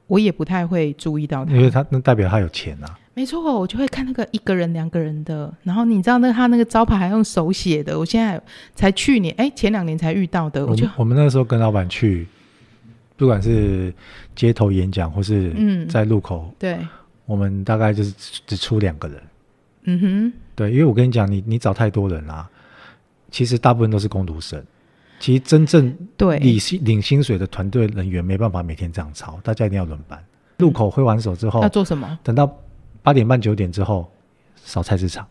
[SPEAKER 1] 我也不太会注意到他
[SPEAKER 2] 因。为他那代表他有钱啊。
[SPEAKER 1] 没错，我就会看那个一个人、两个人的。然后你知道那个他那个招牌还用手写的，我现在才去年哎前两年才遇到的，
[SPEAKER 2] 我
[SPEAKER 1] 呃我就
[SPEAKER 2] 们我们那时候跟老板去，不管是街头演讲或是
[SPEAKER 1] 嗯
[SPEAKER 2] 在路口，
[SPEAKER 1] 对，
[SPEAKER 2] 我们大概就是只只出两个人。
[SPEAKER 1] 嗯哼。
[SPEAKER 2] 对，因为我跟你讲，你你找太多人啦、其实大部分都是工读生。其实真正
[SPEAKER 1] 对，
[SPEAKER 2] 领薪领薪水的团队人员没办法每天这样操，大家一定要轮班。路口挥完手之后
[SPEAKER 1] 要，做什么？
[SPEAKER 2] 等到八点半九点之后，扫菜市场，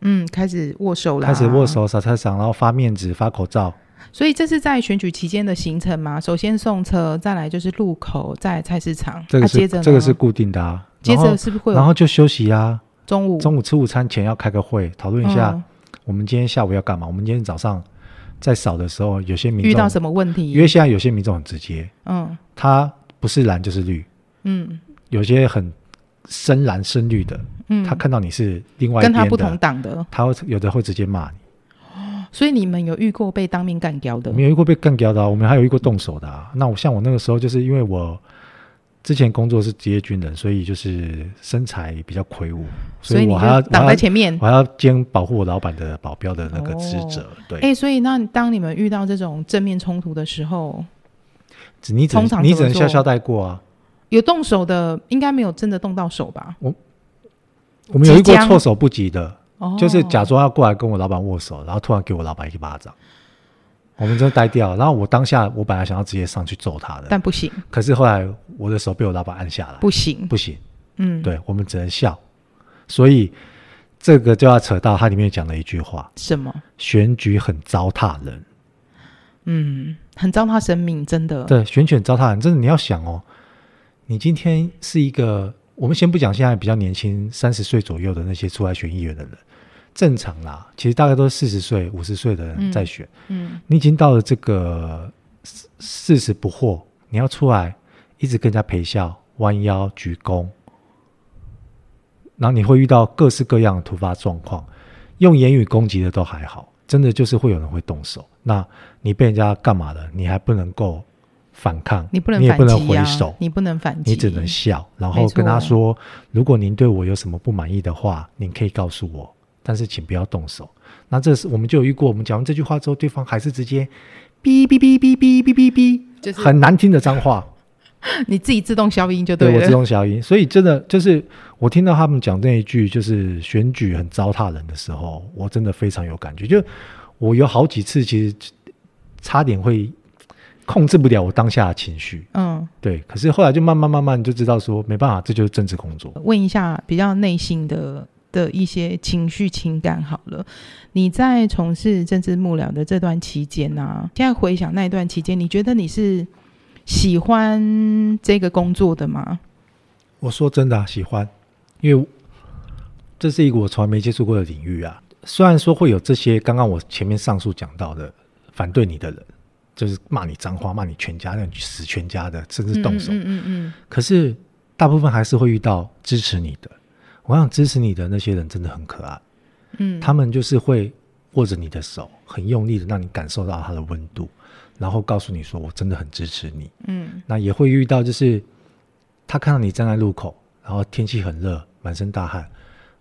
[SPEAKER 1] 嗯，开始握手啦，
[SPEAKER 2] 开始握。手扫菜市场，然后发面纸、发口罩，
[SPEAKER 1] 所以这是在选举期间的行程嘛？首先送车，再来就是路口，再来菜市场，
[SPEAKER 2] 这个
[SPEAKER 1] 啊、
[SPEAKER 2] 是、
[SPEAKER 1] 接着呢
[SPEAKER 2] 这个是固定的啊。
[SPEAKER 1] 接
[SPEAKER 2] 然
[SPEAKER 1] 着
[SPEAKER 2] 后
[SPEAKER 1] 是不是会
[SPEAKER 2] 然
[SPEAKER 1] 有
[SPEAKER 2] 后就休息啊，
[SPEAKER 1] 中午
[SPEAKER 2] 中午吃午餐前要开个会，讨论一下
[SPEAKER 1] 嗯
[SPEAKER 2] 我们今天下午要干嘛。我们今天早上在扫的时候，有些民
[SPEAKER 1] 遇到
[SPEAKER 2] 众，
[SPEAKER 1] 什么问
[SPEAKER 2] 因为
[SPEAKER 1] 题？
[SPEAKER 2] 现在有些民众很直接，
[SPEAKER 1] 嗯
[SPEAKER 2] 他不是蓝就是绿，
[SPEAKER 1] 嗯
[SPEAKER 2] 有些很深蓝深绿的，
[SPEAKER 1] 嗯，
[SPEAKER 2] 他看到你是另外一
[SPEAKER 1] 跟他
[SPEAKER 2] 边
[SPEAKER 1] 不同
[SPEAKER 2] 的，
[SPEAKER 1] 党的，
[SPEAKER 2] 他会有的会直接骂你。
[SPEAKER 1] 所以你们有遇过被当面干掉的
[SPEAKER 2] 我？们有遇过被干掉的、啊，我们还有遇过动手的、啊。那我像我那个时候，就是因为我之前工作是职业军人，所以就是身材比较魁梧，所
[SPEAKER 1] 以
[SPEAKER 2] 以
[SPEAKER 1] 你就
[SPEAKER 2] 我还要我
[SPEAKER 1] 挡
[SPEAKER 2] 还
[SPEAKER 1] 在
[SPEAKER 2] 要
[SPEAKER 1] 前面
[SPEAKER 2] 我。还要兼保护我老板的保镖的那个职责。对，
[SPEAKER 1] 哎、所以那当你们遇到这种正面冲突的时候，
[SPEAKER 2] 只你只能
[SPEAKER 1] 通常
[SPEAKER 2] 你
[SPEAKER 1] 怎
[SPEAKER 2] 只能
[SPEAKER 1] 么
[SPEAKER 2] 笑
[SPEAKER 1] 做
[SPEAKER 2] 笑带过啊。
[SPEAKER 1] 有动手的，应该没有真的动到手吧？
[SPEAKER 2] 我们有一
[SPEAKER 1] 即
[SPEAKER 2] 过
[SPEAKER 1] 将
[SPEAKER 2] 措手不及的，
[SPEAKER 1] 哦，
[SPEAKER 2] 就是假装要过来跟我老板握手，然后突然给我老板一巴掌，我们真的呆掉。然后我当下我本来想要直接上去揍他的，
[SPEAKER 1] 但不行，
[SPEAKER 2] 可是后来我的手被我老板按下来，
[SPEAKER 1] 不行，
[SPEAKER 2] 不行，
[SPEAKER 1] 嗯，，
[SPEAKER 2] 对我们只能笑。所以这个就要扯到它里面讲的一句话：
[SPEAKER 1] 什么？
[SPEAKER 2] 选举很糟蹋人。
[SPEAKER 1] 嗯，很糟蹋生命，真的。
[SPEAKER 2] 对，选举很糟蹋人，真的你要想哦，你今天是一个，我们先不讲现在比较年轻，三十岁左右的那些出来选议员的人，正常啦，其实大概都是四十岁、五十岁的人在选。
[SPEAKER 1] 嗯，
[SPEAKER 2] 你已经到了这个四四十不惑，你要出来一直跟人家陪笑、弯腰、鞠躬，然后你会遇到各式各样的突发状况，用言语攻击的都还好，真的就是会有人会动手。那你被人家干嘛了？你还不能够反抗，
[SPEAKER 1] 你不能
[SPEAKER 2] 你也
[SPEAKER 1] 反
[SPEAKER 2] 不能
[SPEAKER 1] 击
[SPEAKER 2] 回
[SPEAKER 1] 啊
[SPEAKER 2] 手，，
[SPEAKER 1] 你不能反击，
[SPEAKER 2] 你只能笑，然
[SPEAKER 1] 没
[SPEAKER 2] 后
[SPEAKER 1] 错
[SPEAKER 2] 跟他说：“如果您对我有什么不满意的话，您可以告诉我，但是请不要动手。”那这是我们就有遇过，我们讲完这句话之后，对方还是直接哔哔哔哔哔哔哔哔，
[SPEAKER 1] 就是
[SPEAKER 2] 很难听的脏话，
[SPEAKER 1] 你自己自动消音就
[SPEAKER 2] 对
[SPEAKER 1] 了。
[SPEAKER 2] 我自动消音。所以真的就是我听到他们讲那一句就是选举很糟蹋人的时候，我真的非常有感觉。就我有好几次其实差点会控制不了我当下的情绪。
[SPEAKER 1] 嗯，
[SPEAKER 2] 对，可是后来就慢慢慢慢就知道说没办法，这就是政治工作。
[SPEAKER 1] 问一下比较内心的的一些情绪情感好了。你在从事政治幕僚的这段期间呢、啊，现在回想那一段期间，你觉得你是喜欢这个工作的吗？
[SPEAKER 2] 我说真的、啊、喜欢，因为这是一个我从来没接触过的领域啊。虽然说会有这些刚刚我前面上述讲到的反对你的人，就是骂你脏话、骂你全家、那种死全家的，甚至动手，
[SPEAKER 1] 嗯嗯嗯
[SPEAKER 2] 可是大部分还是会遇到支持你的。我想支持你的那些人真的很可爱，
[SPEAKER 1] 嗯，嗯
[SPEAKER 2] 他们就是会握着你的手，很用力的让你感受到他的温度，然后告诉你说我真的很支持你。
[SPEAKER 1] 嗯
[SPEAKER 2] 那也会遇到就是他看到你站在路口，然后天气很热，满身大汗，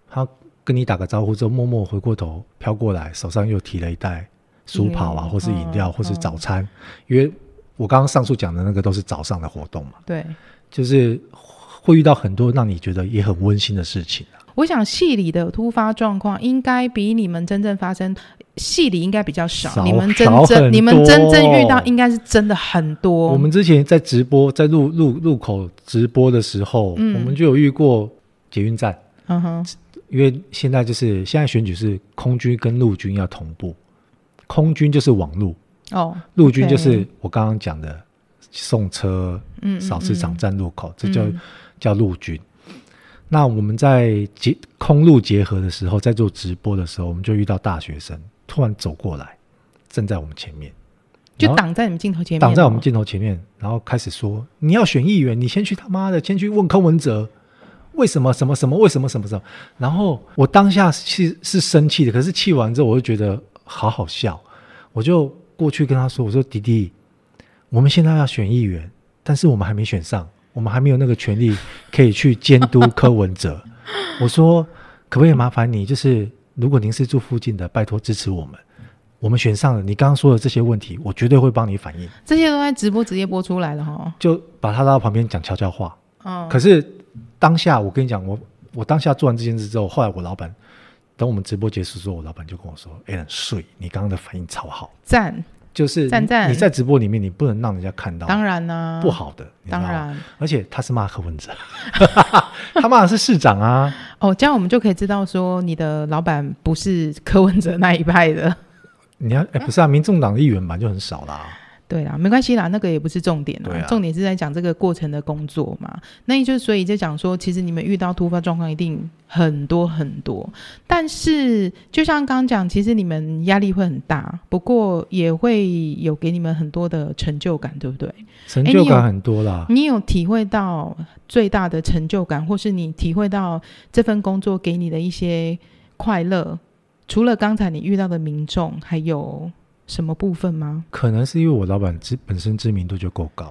[SPEAKER 2] 他跟你打个招呼之后，默默回过头飘过来，手上又提了一袋薯跑啊，
[SPEAKER 1] 嗯
[SPEAKER 2] 或是饮料，
[SPEAKER 1] 嗯
[SPEAKER 2] 或是
[SPEAKER 1] 嗯
[SPEAKER 2] 早餐，因为我刚刚上述讲的那个都是早上的活动嘛，
[SPEAKER 1] 对。
[SPEAKER 2] 就是会遇到很多让你觉得也很温馨的事情啊、
[SPEAKER 1] 我想戏里的突发状况应该比你们真正发生，戏里应该比较少。
[SPEAKER 2] 少
[SPEAKER 1] 你们真
[SPEAKER 2] 少很多
[SPEAKER 1] 正你们真正遇到应该是真的很多。
[SPEAKER 2] 我们之前在直播，在路路路口直播的时候，
[SPEAKER 1] 嗯
[SPEAKER 2] 我们就有遇过捷运站。
[SPEAKER 1] 嗯哼，
[SPEAKER 2] 因为现在就是现在选举是空军跟陆军要同步，空军就是网路，
[SPEAKER 1] 哦，
[SPEAKER 2] 陆军就是
[SPEAKER 1] OK
[SPEAKER 2] 我刚刚讲的送车、
[SPEAKER 1] 嗯，嗯
[SPEAKER 2] 扫市场、站路口，这
[SPEAKER 1] 嗯
[SPEAKER 2] 就叫陆军。那我们在结空路结合的时候，在做直播的时候，我们就遇到大学生突然走过来，站在我们前面，
[SPEAKER 1] 就
[SPEAKER 2] 然后
[SPEAKER 1] 挡在你们镜头前面，哦
[SPEAKER 2] 挡在我们镜头前面，然后开始说：“你要选议员，你先去他妈的，先去问柯文哲，为什么什么什么，为什么什么什么。”然后我当下是是生气的，可是气完之后，我就觉得好好笑，我就过去跟他说：“我说弟弟，我们现在要选议员，但是我们还没选上，我们还没有那个权利可以去监督柯文哲。 我说，可不可以麻烦你，就是如果您是住附近的，拜托支持我们。”我们选上了，你刚刚说的这些问题，我绝对会帮你反映。
[SPEAKER 1] 这些都在直播直接播出来了哈。
[SPEAKER 2] 就把他拉到旁边讲悄悄话。
[SPEAKER 1] 嗯，
[SPEAKER 2] 可是当下我跟你讲，我我当下做完这件事之后，后来我老板等我们直播结束之后，我老板就跟我说 a l a n 睡，你刚刚的反应超好，
[SPEAKER 1] 赞，
[SPEAKER 2] 就是
[SPEAKER 1] 赞赞
[SPEAKER 2] 你在直播里面你不能让人家看到
[SPEAKER 1] 当然啦、
[SPEAKER 2] 不，好的，你知
[SPEAKER 1] 当
[SPEAKER 2] 道吗。
[SPEAKER 1] 然
[SPEAKER 2] 而且他是骂柯文哲， 他骂的是市长啊。
[SPEAKER 1] 哦，这样我们就可以知道说你的老板不是柯文哲那一派的。
[SPEAKER 2] 你要哎、不是啊，民众党的议员本来就很少啦、
[SPEAKER 1] 对啊啦，没关系啦，那个也不是重点啦，
[SPEAKER 2] 对啊
[SPEAKER 1] 重点是在讲这个过程的工作嘛。那也就是所以就讲说，其实你们遇到突发状况一定很多很多，但是就像刚刚讲，其实你们压力会很大，不过也会有给你们很多的成就感，对不对？
[SPEAKER 2] 成
[SPEAKER 1] 哎
[SPEAKER 2] 就
[SPEAKER 1] 你有
[SPEAKER 2] 感很多啦。
[SPEAKER 1] 你有体会到最大的成就感，或是你体会到这份工作给你的一些快乐？除了刚才你遇到的民众，还有什么部分吗？
[SPEAKER 2] 可能是因为我老板知本身知名度就够高，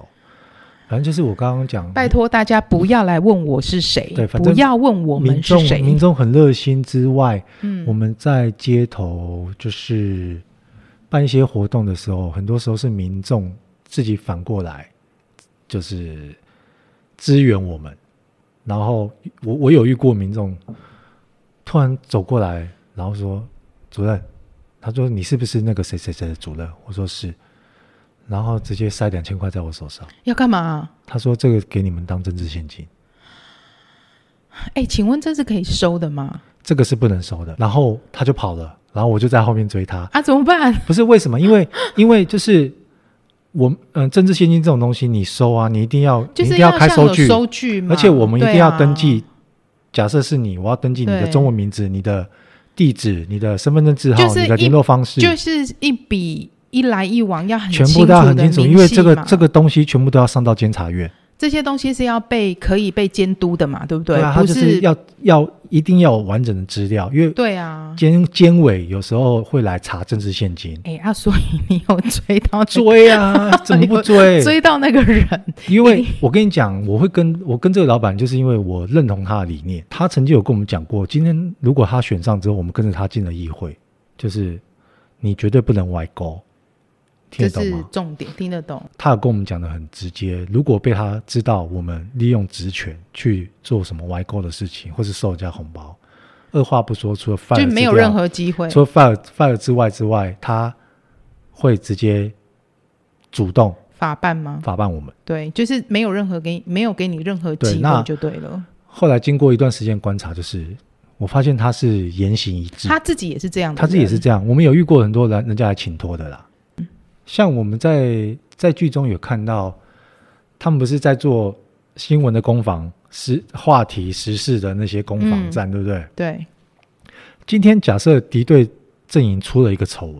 [SPEAKER 2] 反正就是我刚刚讲，
[SPEAKER 1] 拜托大家不要来问我是谁，
[SPEAKER 2] 对反
[SPEAKER 1] 不
[SPEAKER 2] 正
[SPEAKER 1] 要问我
[SPEAKER 2] 民
[SPEAKER 1] 们是
[SPEAKER 2] 众民
[SPEAKER 1] 谁。
[SPEAKER 2] 众很热心之外，
[SPEAKER 1] 嗯
[SPEAKER 2] 我们在街头就是办一些活动的时候，很多时候是民众自己反过来，就是支援我们。然后我我有遇过民众突然走过来，然后说：“主任，他说你是不是那个谁谁谁的主任？”我说是，然后直接塞两千块在我手上。
[SPEAKER 1] 要干嘛、啊
[SPEAKER 2] 他说：“这个给你们当政治现金，
[SPEAKER 1] 哎，请问这是可以收的吗？
[SPEAKER 2] 这个是不能收的。”然后他就跑了，然后我就在后面追他。
[SPEAKER 1] 啊，怎么办？
[SPEAKER 2] 不是为什么？因为 因为就是我嗯、呃政治现金这种东西，你收啊，你一定要
[SPEAKER 1] 就
[SPEAKER 2] 你一
[SPEAKER 1] 是
[SPEAKER 2] 定要开
[SPEAKER 1] 像
[SPEAKER 2] 收
[SPEAKER 1] 有
[SPEAKER 2] 据，
[SPEAKER 1] 收据嘛，
[SPEAKER 2] 而且我们一定
[SPEAKER 1] 对
[SPEAKER 2] 要
[SPEAKER 1] 啊
[SPEAKER 2] 登记。假设是你，我要登记你的
[SPEAKER 1] 对
[SPEAKER 2] 中文名字、你的地址、你的身份证字号、
[SPEAKER 1] 就是
[SPEAKER 2] 你的
[SPEAKER 1] 一
[SPEAKER 2] 联络方式，
[SPEAKER 1] 就是一笔一来一往要很
[SPEAKER 2] 全
[SPEAKER 1] 清
[SPEAKER 2] 部
[SPEAKER 1] 楚
[SPEAKER 2] 都要很
[SPEAKER 1] 的
[SPEAKER 2] 清楚，
[SPEAKER 1] 明
[SPEAKER 2] 因为
[SPEAKER 1] 细
[SPEAKER 2] 这个
[SPEAKER 1] 嘛
[SPEAKER 2] 这个东西全部都要上到监察院。
[SPEAKER 1] 这些东西是要被可以被监督的嘛，对不对？
[SPEAKER 2] 啊，他
[SPEAKER 1] 不
[SPEAKER 2] 就是要要一定要有完整的资料，因为
[SPEAKER 1] 对啊。
[SPEAKER 2] 监监委有时候会来查政治现金，
[SPEAKER 1] 哎啊，所以你有追 到那
[SPEAKER 2] 追啊，怎么不追？
[SPEAKER 1] 追到那个人，
[SPEAKER 2] 因为我跟你讲，我会跟我跟这个老板，就是因为我认同他的理念。他曾经有跟我们讲过，今天如果他选上之后，我们跟着他进了议会，就是你绝对不能歪勾，听
[SPEAKER 1] 这
[SPEAKER 2] 得懂
[SPEAKER 1] 是
[SPEAKER 2] 吗？
[SPEAKER 1] 重点，听得懂？
[SPEAKER 2] 他有跟我们讲的很直接，如果被他知道我们利用职权去做什么歪勾的事情，或是收人家红包，二话不说，除了 fire
[SPEAKER 1] 就没有
[SPEAKER 2] 之掉
[SPEAKER 1] 任何机会。
[SPEAKER 2] 除了 fire fire 之外之外，他会直接主动
[SPEAKER 1] 法办吗？
[SPEAKER 2] 法办我们。
[SPEAKER 1] 对，就是没有任何给没有给你任何
[SPEAKER 2] 对
[SPEAKER 1] 机
[SPEAKER 2] 那
[SPEAKER 1] 会就对了。
[SPEAKER 2] 后来经过一段时间观察，就是我发现他是言行一致，
[SPEAKER 1] 他自己也是这样的人，
[SPEAKER 2] 他自己也是这样。我们有遇过很多人人家来请托的啦，像我们在在剧中有看到，他们不是在做新闻的攻防时话题时事的那些攻防战，对不对？
[SPEAKER 1] 对，
[SPEAKER 2] 今天假设敌对阵营出了一个丑闻，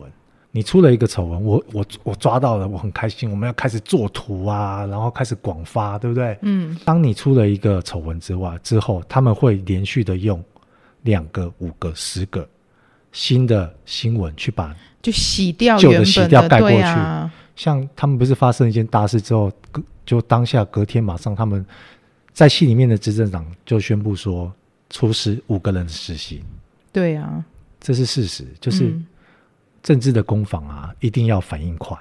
[SPEAKER 2] 你出了一个丑闻，我我我抓到了，我很开心，我们要开始做图啊，然后开始广发，对不对？
[SPEAKER 1] 嗯，
[SPEAKER 2] 当你出了一个丑闻之外之后，他们会连续的用两个、五个、十个新的新闻去把，
[SPEAKER 1] 就洗掉
[SPEAKER 2] 旧的
[SPEAKER 1] 原本
[SPEAKER 2] 洗掉盖过去
[SPEAKER 1] 对啊，
[SPEAKER 2] 像他们不是发生一件大事之后，隔就当下隔天马上他们在戏里面的执政党就宣布说出十五个人实习，
[SPEAKER 1] 对啊，
[SPEAKER 2] 这是事实，就是
[SPEAKER 1] 嗯
[SPEAKER 2] 政治的攻防啊，一定要反应快。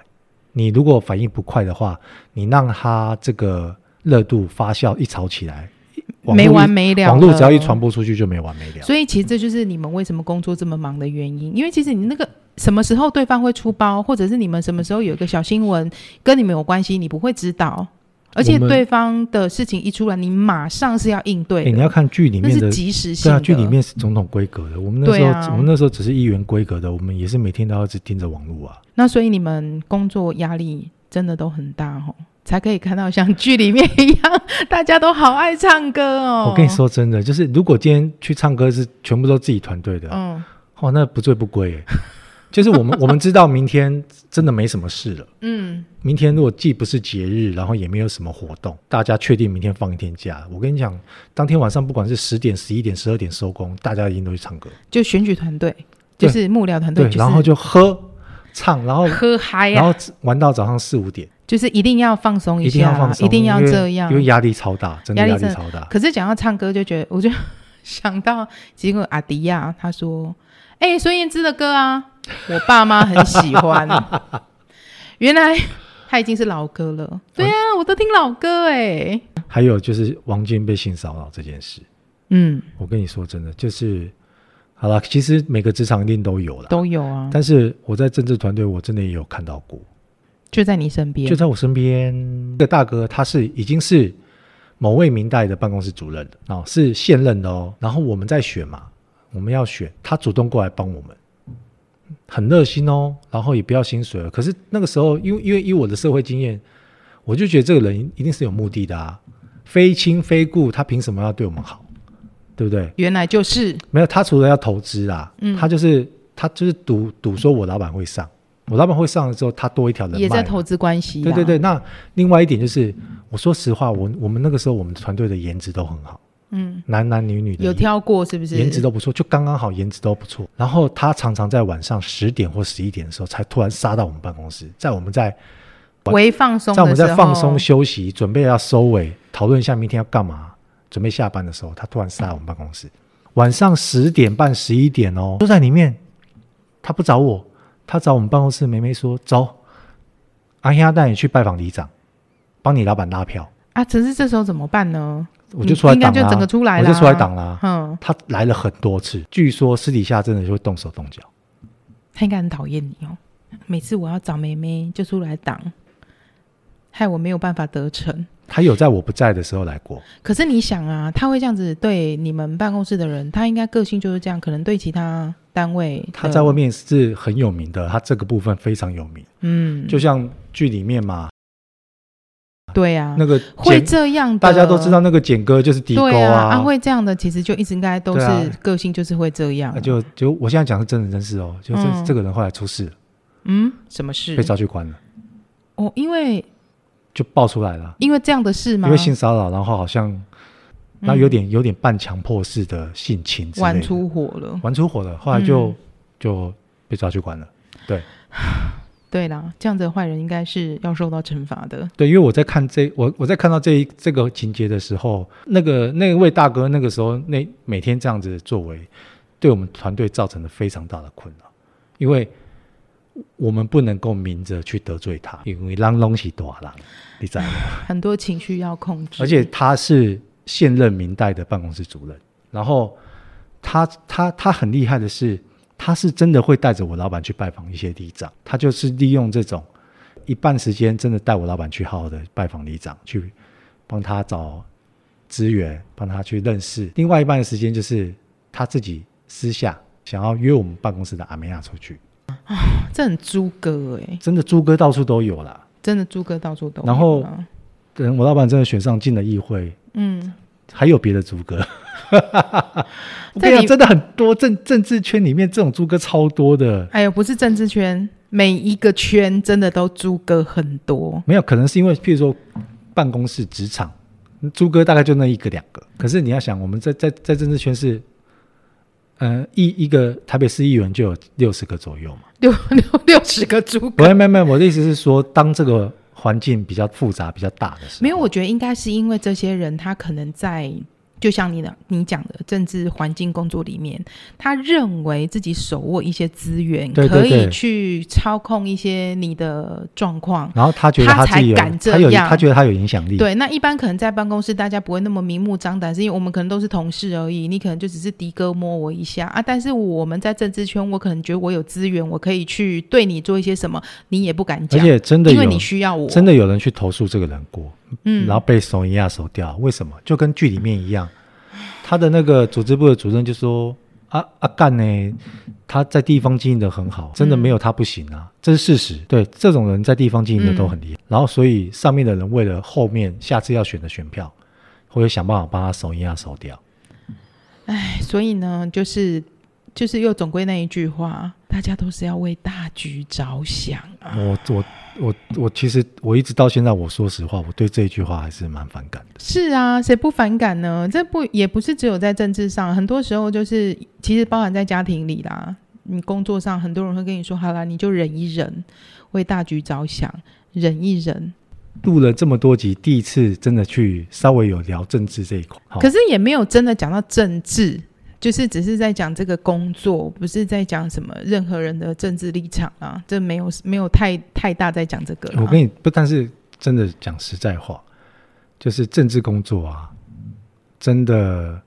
[SPEAKER 2] 你如果反应不快的话，你让他这个热度发酵一炒起来，网络
[SPEAKER 1] 没
[SPEAKER 2] 一
[SPEAKER 1] 完没了了。
[SPEAKER 2] 网络只要一传播出去就没完没了。
[SPEAKER 1] 所以其实这就是你们为什么工作这么忙的原因，因为其实你那个什么时候对方会出包，或者是你们什么时候有一个小新闻跟你们有关系，你不会知道，而且
[SPEAKER 2] 我们
[SPEAKER 1] 对方的事情一出来，你马上是要应对的，
[SPEAKER 2] 诶你要看哎剧里
[SPEAKER 1] 那
[SPEAKER 2] 面的
[SPEAKER 1] 是，及时性
[SPEAKER 2] 对
[SPEAKER 1] 的。
[SPEAKER 2] 啊，剧里面是总统规格的。我们那时候，
[SPEAKER 1] 对啊
[SPEAKER 2] 我们那时候只是议员规格的，我们也是每天都要一直盯着网络啊。
[SPEAKER 1] 那所以你们工作压力真的都很大哦，才可以看到像剧里面一样，大家都好爱唱歌哦。
[SPEAKER 2] 我跟你，说真的，就是如果今天去唱歌是全部都自己团队的，
[SPEAKER 1] 嗯
[SPEAKER 2] 哦，那不醉不归、欸。就是我们我们知道明天真的没什么事了。
[SPEAKER 1] 嗯，
[SPEAKER 2] 明天如果既不是节日，然后也没有什么活动，大家确定明天放一天假。我跟你讲，当天晚上不管是十点、十一点、十二点收工，大家一定都去唱歌，
[SPEAKER 1] 就选举团队，就是幕僚团队，就是
[SPEAKER 2] 然后就喝、唱，然后
[SPEAKER 1] 喝嗨呀、
[SPEAKER 2] 然后玩到早上四五点，
[SPEAKER 1] 就是一定要放松
[SPEAKER 2] 一定
[SPEAKER 1] 下
[SPEAKER 2] 要
[SPEAKER 1] 啦，
[SPEAKER 2] 放松，
[SPEAKER 1] 一定要
[SPEAKER 2] 因为
[SPEAKER 1] 这样
[SPEAKER 2] 因。为压力超大，真的
[SPEAKER 1] 压力
[SPEAKER 2] 压力
[SPEAKER 1] 真的
[SPEAKER 2] 超大。
[SPEAKER 1] 可是讲到唱歌，就觉得我就想到结果阿迪亚他说：“哎、孙燕姿的歌啊，我爸妈很喜欢。 原来他已经是老歌了，对啊，我都听老歌哎、
[SPEAKER 2] 还有就是王晶被性骚扰这件事，
[SPEAKER 1] 嗯，
[SPEAKER 2] 我跟你说真的，就是好了，其实每个职场一定都有啦，
[SPEAKER 1] 都有啊，
[SPEAKER 2] 但是我在政治团队，我真的也有看到过，
[SPEAKER 1] 就在你身边
[SPEAKER 2] 就。在我身边，这个大哥他是已经是某位明代的办公室主任了哦，是现任的哦。然后我们在选嘛，我们要选，他主动过来帮我们，很热心哦。然后也不要薪水了。哦可是那个时候，因为因为以我的社会经验，我就觉得这个人一定是有目的的啊，非亲非故，他凭什么要对我们好？对不对？
[SPEAKER 1] 原来就是
[SPEAKER 2] 没有，他除了要投资啦，
[SPEAKER 1] 嗯
[SPEAKER 2] 他就是他就是赌赌说我老板会上，我老板会上了之后，他多一条人脉嘛，
[SPEAKER 1] 也在投资关系。啊
[SPEAKER 2] 对对对，，那另外一点就是，我说实话，我我们那个时候我们团队的颜值都很好，
[SPEAKER 1] 嗯，
[SPEAKER 2] 男男女女的
[SPEAKER 1] 有挑过是不是？
[SPEAKER 2] 颜值都不错，就刚刚好，颜值都不错。然后他常常在晚上十点或十一点的时候，才突然杀到我们办公室，在我们在
[SPEAKER 1] 微放松，
[SPEAKER 2] 在我们在放松。休息，准备要收尾，讨论一下明天要干嘛，准备下班的时候，他突然杀到我们办公室，晚上十点半、十一点哦，都在里面。他不找我，他找我们办公室梅梅说：“走，阿兄带你去拜访里长，帮你老板拉票。”
[SPEAKER 1] 啊，只是这时候怎么办呢？
[SPEAKER 2] 我就出
[SPEAKER 1] 嗯
[SPEAKER 2] 来
[SPEAKER 1] 你应该
[SPEAKER 2] 挡
[SPEAKER 1] 就
[SPEAKER 2] 啦、
[SPEAKER 1] 整个出来
[SPEAKER 2] 我
[SPEAKER 1] 了，
[SPEAKER 2] 就出来挡啦、
[SPEAKER 1] 嗯，
[SPEAKER 2] 他来了很多次，据说私底下真的就会动手动脚。
[SPEAKER 1] 他应该很讨厌你哦。每次我要找妹妹就出来挡，害我没有办法得逞。
[SPEAKER 2] 他有在我不在的时候来过，
[SPEAKER 1] 可是你想啊，他会这样子对你们办公室的人，他应该个性就是这样，可能对其他单位
[SPEAKER 2] 他
[SPEAKER 1] 的
[SPEAKER 2] 在外，面是很有名的，他这个部分非常有名。
[SPEAKER 1] 嗯，
[SPEAKER 2] 就像剧里面嘛，
[SPEAKER 1] 对啊，
[SPEAKER 2] 那个
[SPEAKER 1] 会
[SPEAKER 2] 简
[SPEAKER 1] 这样的，
[SPEAKER 2] 大家都知道，那个简哥就是迪
[SPEAKER 1] 对
[SPEAKER 2] 沟
[SPEAKER 1] 啊，啊会这样的，其实就一直应该都
[SPEAKER 2] 对啊
[SPEAKER 1] 是个性就是会这样，
[SPEAKER 2] 啊就就我现在讲是真人真事哦，就这、
[SPEAKER 1] 嗯
[SPEAKER 2] 这个人后来出事了，
[SPEAKER 1] 嗯，什么事
[SPEAKER 2] 被？抓去关了，
[SPEAKER 1] 哦，因为
[SPEAKER 2] 就爆出来了，
[SPEAKER 1] 因为这样的事吗？
[SPEAKER 2] 因为性骚扰，然后好像那
[SPEAKER 1] 嗯
[SPEAKER 2] 有点、有点半强迫式的性侵之类的，
[SPEAKER 1] 玩出火了，
[SPEAKER 2] 玩出火了，后来就、
[SPEAKER 1] 嗯
[SPEAKER 2] 就被抓去关了。
[SPEAKER 1] 对啦，这样子的坏人应该是要受到惩罚 的，
[SPEAKER 2] 对，因为我在看这我我在看到这一这个情节的时候，那个那位大哥那个时候那每天这样子作为，对我们团队造成了非常大的困扰，因为我们不能够明着去得罪他，因为狼龙是大狼，你知道吗？
[SPEAKER 1] 很多情绪要控制，
[SPEAKER 2] 而且他是现任明代的办公室主任，然后他他他很厉害的是，他是真的会带着我老板去拜访一些里长，他就是利用这种一半时间真的带我老板去好好的拜访里长，去帮他找资源，帮他去认识；另外一半的时间就是他自己私下想要约我们办公室的阿梅亚出去，
[SPEAKER 1] 这很猪哥哎、
[SPEAKER 2] 真的猪哥到处都有啦。
[SPEAKER 1] 真的猪哥到处都有啊
[SPEAKER 2] 然后等我老板真的选上进了议会，
[SPEAKER 1] 嗯，
[SPEAKER 2] 还有别的猪哥。我
[SPEAKER 1] 在
[SPEAKER 2] 跟你讲，
[SPEAKER 1] 你
[SPEAKER 2] 啊真的很多政政治圈里面这种猪哥超多的，
[SPEAKER 1] 哎呦，不是政治圈，每一个圈真的都猪哥很多，
[SPEAKER 2] 没有可能是因为，譬如说办公室、职场，猪哥大概就那一个两个。可是你要想，我们在在在政治圈是，呃，一一个台北市议员就有六十个左右嘛。
[SPEAKER 1] 六六六十个猪哥。
[SPEAKER 2] 不是，没有没有，我的意思是说，当这个环境比较复杂、比较大的时候，
[SPEAKER 1] 没有，我觉得应该是因为这些人他可能在。就像你的你讲的政治环境工作里面，他认为自己手握一些资源，
[SPEAKER 2] 对对
[SPEAKER 1] 可
[SPEAKER 2] 对
[SPEAKER 1] 以去操控一些你的状况，
[SPEAKER 2] 然后他觉得
[SPEAKER 1] 他
[SPEAKER 2] 自己有，
[SPEAKER 1] 才敢这
[SPEAKER 2] 他有
[SPEAKER 1] 样
[SPEAKER 2] 他觉得他有影响力，
[SPEAKER 1] 对，那一般可能在办公室，大家不会那么明目张胆，是因为我们可能都是同事而已，你可能就只是的哥摸我一下啊。但是我们在政治圈，我可能觉得我有资源，我可以去对你做一些什么，你也不敢
[SPEAKER 2] 而
[SPEAKER 1] 讲，
[SPEAKER 2] 且真的
[SPEAKER 1] 因
[SPEAKER 2] 有
[SPEAKER 1] 为你需要我。
[SPEAKER 2] 真的有人去投诉这个人过，
[SPEAKER 1] 嗯
[SPEAKER 2] 然后被手一压手掉，为什么？就跟剧里面一样，他的那个组织部的主任就说：“啊啊干呢，他在地方经营的很
[SPEAKER 1] 嗯
[SPEAKER 2] 好，真的没有他不行啊，这是事实。对，这种人在地方经营的都很厉害。
[SPEAKER 1] 嗯
[SPEAKER 2] 然后所以上面的人为了后面下次要选的选票，会想办法帮他手一压手掉。
[SPEAKER 1] 哎，所以呢，就是就是又总归那一句话，大家都是要为大局着想啊。
[SPEAKER 2] 我我我我其实我一直到现在，我说实话，我对这一句话还是蛮反感的。
[SPEAKER 1] 是啊，谁不反感呢？这不也不是只有在政治上，很多时候就是其实包含在家庭里啦，你工作上很多人会跟你说，好啦，你就忍一忍，为大局着想，忍一忍。
[SPEAKER 2] 录了这么多集，第一次真的去稍微有聊政治这一块。好
[SPEAKER 1] 可是也没有真的讲到政治，就是只是在讲这个工作，不是在讲什么任何人的政治立场啊，这没有没有太太大在讲这个啦。
[SPEAKER 2] 我跟你不，但是真的讲实在话，就是政治工作啊，真的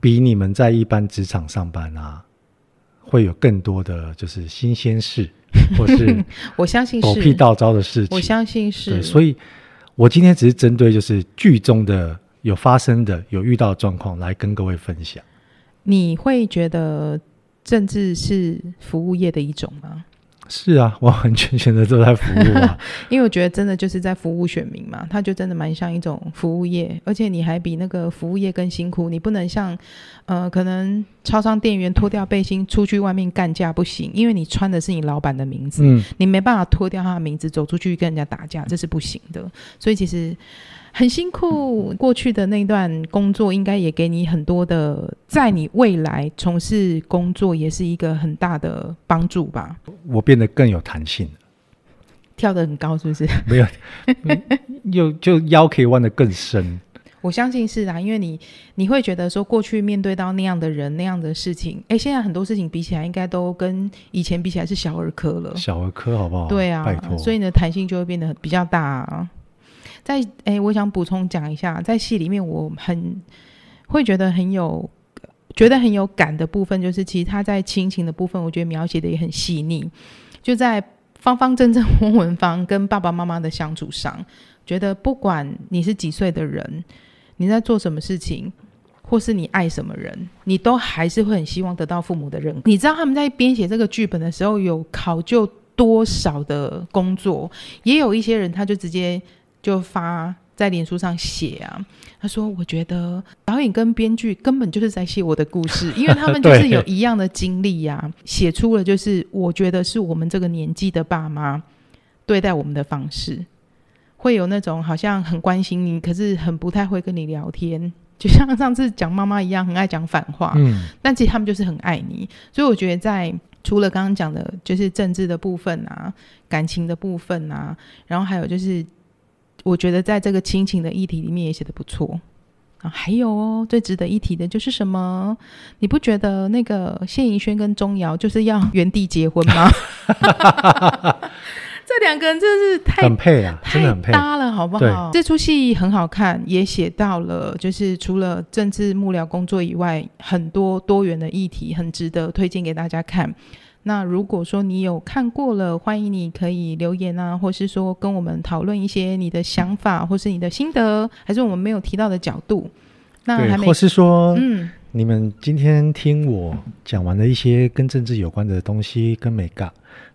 [SPEAKER 2] 比你们在一般职场上班啊，会有更多的就是新鲜事，或 是
[SPEAKER 1] 我相信
[SPEAKER 2] 狗屁
[SPEAKER 1] 是，
[SPEAKER 2] 倒灶的事
[SPEAKER 1] 我
[SPEAKER 2] 情。
[SPEAKER 1] 相信
[SPEAKER 2] 对，
[SPEAKER 1] 是，
[SPEAKER 2] 所以我今天只是针对就是剧中的有发生的、有遇到的状况来跟各位分享。
[SPEAKER 1] 你会觉得政治是服务业的一种吗？
[SPEAKER 2] 是啊，完完全全的都在服务 啊。
[SPEAKER 1] 因为我觉得真的就是在服务选民嘛，他就真的蛮像一种服务业，而且你还比那个服务业更辛苦，你不能像呃，可能超商店员脱掉背心出去外面干架不行，因为你穿的是你老板的名字，
[SPEAKER 2] 嗯，
[SPEAKER 1] 你没办法脱掉他的名字走出去跟人家打架，这是不行的。所以其实很辛苦，过去的那段工作应该也给你很多的，在你未来从事工作也是一个很大的帮助吧。
[SPEAKER 2] 我变得更有弹性。
[SPEAKER 1] 跳得很高是不是？
[SPEAKER 2] 没有，又就腰可以弯得更深。
[SPEAKER 1] 我相信是啊，因为你你会觉得说，过去面对到那样的人、那样的事情，哎，现在很多事情比起来，应该都跟以前比起来是小儿科了。
[SPEAKER 2] 小儿科好不好？
[SPEAKER 1] 对啊
[SPEAKER 2] 拜，托。
[SPEAKER 1] 所以
[SPEAKER 2] 以
[SPEAKER 1] 你的弹性就会变得比较大、啊。在诶，我想补充讲一下，在戏里面我很会觉得很有。觉得很有感的部分，就是其实他在亲情的部分，我觉得描写的也很细腻。就在方方正 正、翁文芳跟爸爸妈妈的相处上，觉得不管你是几岁的人，你在做什么事情，或是你爱什么人，你都还是会很希望得到父母的认可。你知道他们在编写这个剧本的时候，有考究多少的工作，也有一些人他就直接就发在脸书上写啊，他说：“我觉得导演跟编剧根本就是在写我的故事，因为他们就是
[SPEAKER 2] 对
[SPEAKER 1] 有一样的经历呀、写出了就是我觉得是我们这个年纪的爸妈对待我们的方式，会有那种好像很关心你，可是很不太会跟你聊天， 就像上次讲妈妈一样，很爱讲反话。
[SPEAKER 2] 嗯，
[SPEAKER 1] 但其实他们就是很爱你，所以我觉得在除了刚刚讲的，就是政治的部分啊，感情的部分啊，然后还有就是，我觉得在这个亲情的议题里面也写的不错。啊，还有哦，最值得一提的就是什么？你不觉得那个谢盈萱跟钟瑶就是要原地结婚吗？ 这两个人真的是太
[SPEAKER 2] 很配啊，真的
[SPEAKER 1] 太
[SPEAKER 2] 很配。
[SPEAKER 1] 搭了，好不好？
[SPEAKER 2] 对
[SPEAKER 1] 这出戏很好看，也写到了，就是除了政治幕僚工作以外，很多多元的议题，很值得推荐给大家看。那如果说你有看过了，欢迎你可以留言啊，或是说跟我们讨论一些你的想法，或是你的心得，还是我们没有提到的角度。那还
[SPEAKER 2] 对，
[SPEAKER 1] 没
[SPEAKER 2] 或是说，
[SPEAKER 1] 嗯，
[SPEAKER 2] 你们今天听我讲完了一些跟政治有关的东西跟美感，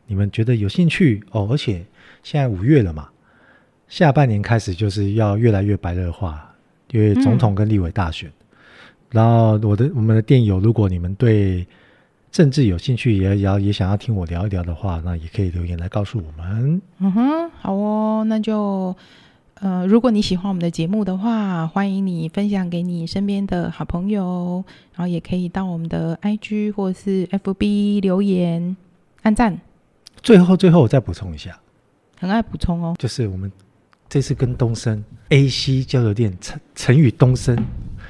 [SPEAKER 2] 你们觉得有兴趣哦？而且现在五月了嘛，下半年开始就是要越来越白热化，因为总统跟立委大选。然后我的我们的电友，如果你们对政治有兴趣，也也要也想要听我聊一聊的话，那也可以留言来告诉我们。
[SPEAKER 1] 嗯哼，好哦，那就呃，如果你喜欢我们的节目的话，欢迎你分享给你身边的好朋友，然后也可以到我们的 IG 或是 FB 留言、按赞，
[SPEAKER 2] 最后最后我再补充一下，
[SPEAKER 1] 很爱补充哦。
[SPEAKER 2] 就是我们这次跟东升 A C 交流店成成语东升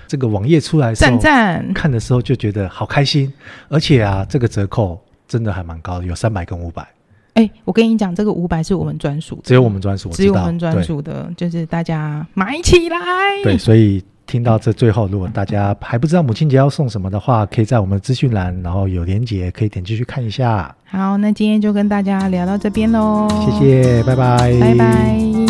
[SPEAKER 2] 这个网页出来的时候，
[SPEAKER 1] 赞赞，
[SPEAKER 2] 看的时候就觉得好开心，而且啊，这个折扣真的还蛮高的，有三百跟五百，
[SPEAKER 1] 哎，我跟你讲，这个五百是我们专属的，
[SPEAKER 2] 只有我们专属，
[SPEAKER 1] 只有
[SPEAKER 2] 知
[SPEAKER 1] 我
[SPEAKER 2] 道
[SPEAKER 1] 们专属的，就是大家买起来。
[SPEAKER 2] 对。对，所以听到这最后，如果大家还不知道母亲节要送什么的话，可以在我们资讯栏，然后有连结，可以点进去看一下。
[SPEAKER 1] 好，那今天就跟大家聊到这边喽，
[SPEAKER 2] 谢，谢，拜拜，
[SPEAKER 1] 哦拜拜。